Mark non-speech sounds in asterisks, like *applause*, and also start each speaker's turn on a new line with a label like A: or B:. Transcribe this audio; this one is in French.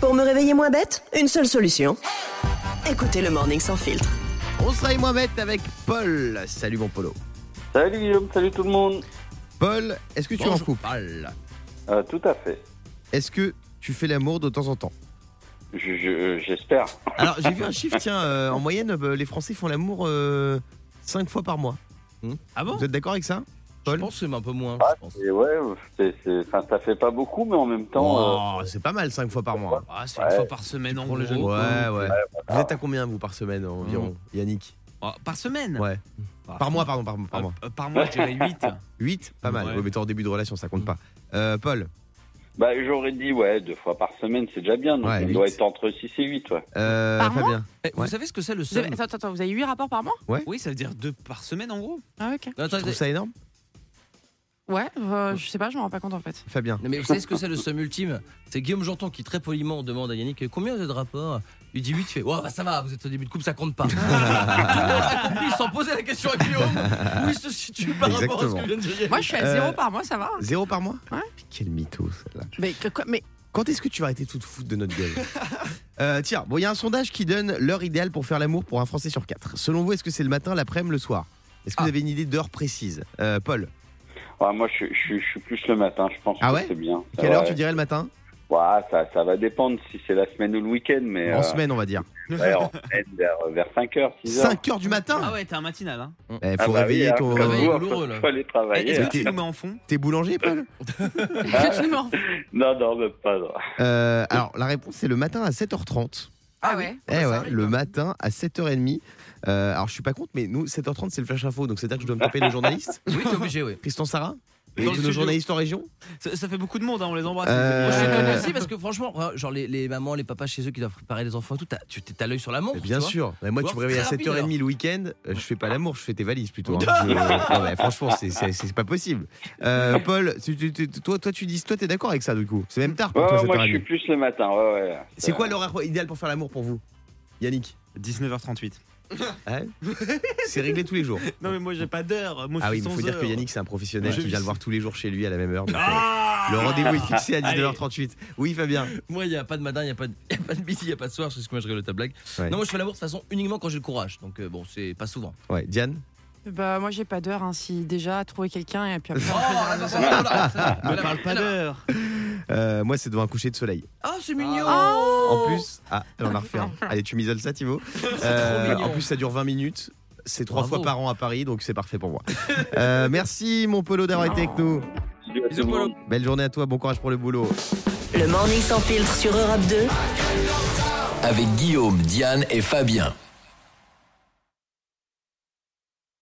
A: Pour me réveiller moins bête, une seule solution. Écoutez le Morning Sans Filtre.
B: On se réveille moins bête avec Paul. Salut mon Polo.
C: Salut Guillaume, salut tout le monde.
B: Paul, est-ce que tu es en couple
C: Euh, tout à fait.
B: Est-ce que tu fais l'amour de temps en temps
C: Je- je- J'espère.
B: Alors j'ai vu un chiffre, tiens, euh, en moyenne, euh, les Français font l'amour 5 fois par mois.
D: Ah bon
B: Vous êtes d'accord avec ça Paul
D: Je pense que c'est un peu moins.
C: Ah,
D: je pense.
C: Et ouais, c'est- c'est- enfin, ça fait pas beaucoup, mais en même temps, euh,
B: Oh, C'est pas mal 5 fois par mois.
D: Ah, c'est une
C: Ouais.
D: fois par semaine en
B: Pour
D: gros.
B: les jeunes. Ouais, Mmh. ouais. Vous êtes à combien, vous, par semaine euh, environ, Yannick
D: Ah, par semaine
B: Ouais.
D: Ah,
B: Par mois, pardon, par, par
D: euh,
B: mois.
D: euh, par mois, je dirais 8.
B: 8 Pas mal.
D: Ouais.
B: Ouais, mais t'es en début de relation, ça compte pas. Euh, Paul,
C: bah, j'aurais dit ouais, deux fois par semaine, c'est déjà bien. Donc
B: Ouais,
C: il
B: huit.
C: doit être entre 6 et 8. Ouais.
B: euh,
E: Par mois
B: Fabien.
D: Eh, Vous
B: Ouais.
D: savez ce que c'est le
E: Vous avez-
D: seul
E: Attends, attends, attends, vous avez 8 rapports par mois
D: Oui, ça veut dire deux par semaine en gros.
E: Ah, ok.
D: Non,
B: Tu trouves ça énorme
E: Ouais, euh, je sais pas, je m'en rends pas compte en fait.
B: Fabien.
F: Non, mais vous savez ce que c'est le somme ultime C'est Guillaume Janton qui très poliment demande à Yannick combien vous avez de rapports Il dit 8, il fait Ouais, bah, ça va, vous êtes au début de couple, ça compte pas. Tout le monde a compris sans poser la question à Guillaume où il se situe par rapport à ce
B: Exactement.
F: que vient de dire Yannick.
E: Moi, je suis à
B: Euh,
E: 0 par mois, ça va.
B: Zéro par mois
E: Ouais.
B: Quel mytho, celle-là.
E: Mais, que- quoi- mais
B: Quand est-ce que tu vas arrêter de tout te foutre de notre gueule *laughs* Euh, Tiens, bon, il y a un sondage qui donne l'heure idéale pour faire l'amour pour un Français sur quatre. Selon vous, est-ce que c'est le matin, l'après-midi, le soir Est-ce que vous avez une idée d'heure précise Euh, Paul,
C: Ouais, moi, je, je- je suis plus le matin, je pense
B: Ah
C: que
B: ouais
C: c'est bien.
B: quelle heure
C: Ouais.
B: tu dirais le matin
C: Ouais, ça, ça va dépendre si c'est la semaine ou le week-end, mais euh,
B: En semaine, on va dire.
C: ouais, en semaine, vers, 5h, 6h.
B: 5 heures du matin
D: Ah ouais, t'es un matinal. Hein. Eh,
B: Il faut réveiller ton.
F: comme vous. douloureux, là.
C: Il faut aller travailler.
D: Est-ce
C: hein.
D: que tu nous mets en fond
B: T'es boulanger, Paul
E: je me rends-
C: Non, non, même pas. non.
B: Euh, alors, la réponse, c'est le matin à 7h30.
E: Ah ouais.
B: Eh ouais, le matin à 7h30. Euh, alors, je suis pas contre, mais nous, 7h30, c'est le flash info. Donc, c'est-à-dire que je dois me taper les journalistes.
F: Oui, t'es obligé, oui.
B: Tristan Sarah et
D: Dans
B: tous nos
D: le studio.
B: journalistes en région.
D: ça, ça fait beaucoup de monde, hein, on les embrasse.
B: Euh,
F: Moi, je suis étonné
B: Euh.
F: aussi parce que franchement, ouais, genre les, les mamans, les papas chez eux qui doivent préparer les enfants et tout, t'as- tu t'as l'œil sur la montre.
B: Mais bien
F: tu vois.
B: sûr. Mais moi,
F: Ou
B: tu me
F: alors,
B: réveilles à
F: très rapide,
B: 7h30 le week-end. euh, Je fais pas l'amour, je fais tes valises plutôt. hein. Je- Non, mais franchement, c'est- c'est c'est pas possible. Euh, Paul, tu- tu- tu- toi, toi, tu dis, toi, t'es d'accord avec ça du coup C'est même tard pour
C: Ouais,
B: toi,
C: ouais, moi, je
B: 7h30.
C: suis plus le matin. Ouais, ouais.
B: C'est quoi l'horaire idéal pour faire l'amour pour vous Yannick
D: 19h38. *laughs*
B: Hein C'est réglé tous les jours.
D: Non, mais moi j'ai pas d'heure. Moi, je
B: Ah oui,
D: suis
B: mais
D: sans
B: faut dire
D: heure.
B: que Yannick, c'est un professionnel
D: Je
B: qui vient
D: vis-
B: le voir tous les jours chez lui à la même heure. donc, euh,
D: Ah
B: le rendez-vous est fixé à
D: Allez.
B: 19h38. Oui, Fabien.
F: Moi, il n'y a pas de matin, il n'y a, pas de- y a pas de midi, il n'y a pas de soir, c'est ce que moi je rigole de ta blague.
B: Ouais.
F: Non, moi je fais l'amour de toute façon uniquement quand j'ai le courage. Donc euh, bon, c'est pas souvent.
B: Ouais, Diane.
E: Bah, moi, j'ai pas d'heure. hein, si déjà, trouver quelqu'un et
F: *laughs*
E: puis après.
F: Oh, là, là, là, là, là, là.
B: Ah.
D: Ne
F: Là,
D: parle
F: là,
D: pas
F: là.
D: d'heure.
B: Euh, moi, c'est devant un coucher de soleil.
F: Ah,
E: Oh,
F: c'est mignon.
B: En
F: Oh.
B: plus, ah, on a refait. un. Allez, tu m'isoles ça, Thibaut. Euh,
F: trop mignon.
B: en plus, ça dure 20 minutes. C'est trois
F: Bravo.
B: fois par an à Paris, donc c'est parfait pour moi. Euh, merci, mon Polo, d'avoir été avec nous.
C: Salut à tout le
F: Polo.
C: monde.
B: Belle journée à toi, bon courage pour le boulot.
A: Le Morning Sans Filtre sur Europe 2.
G: Avec Guillaume, Diane et Fabien.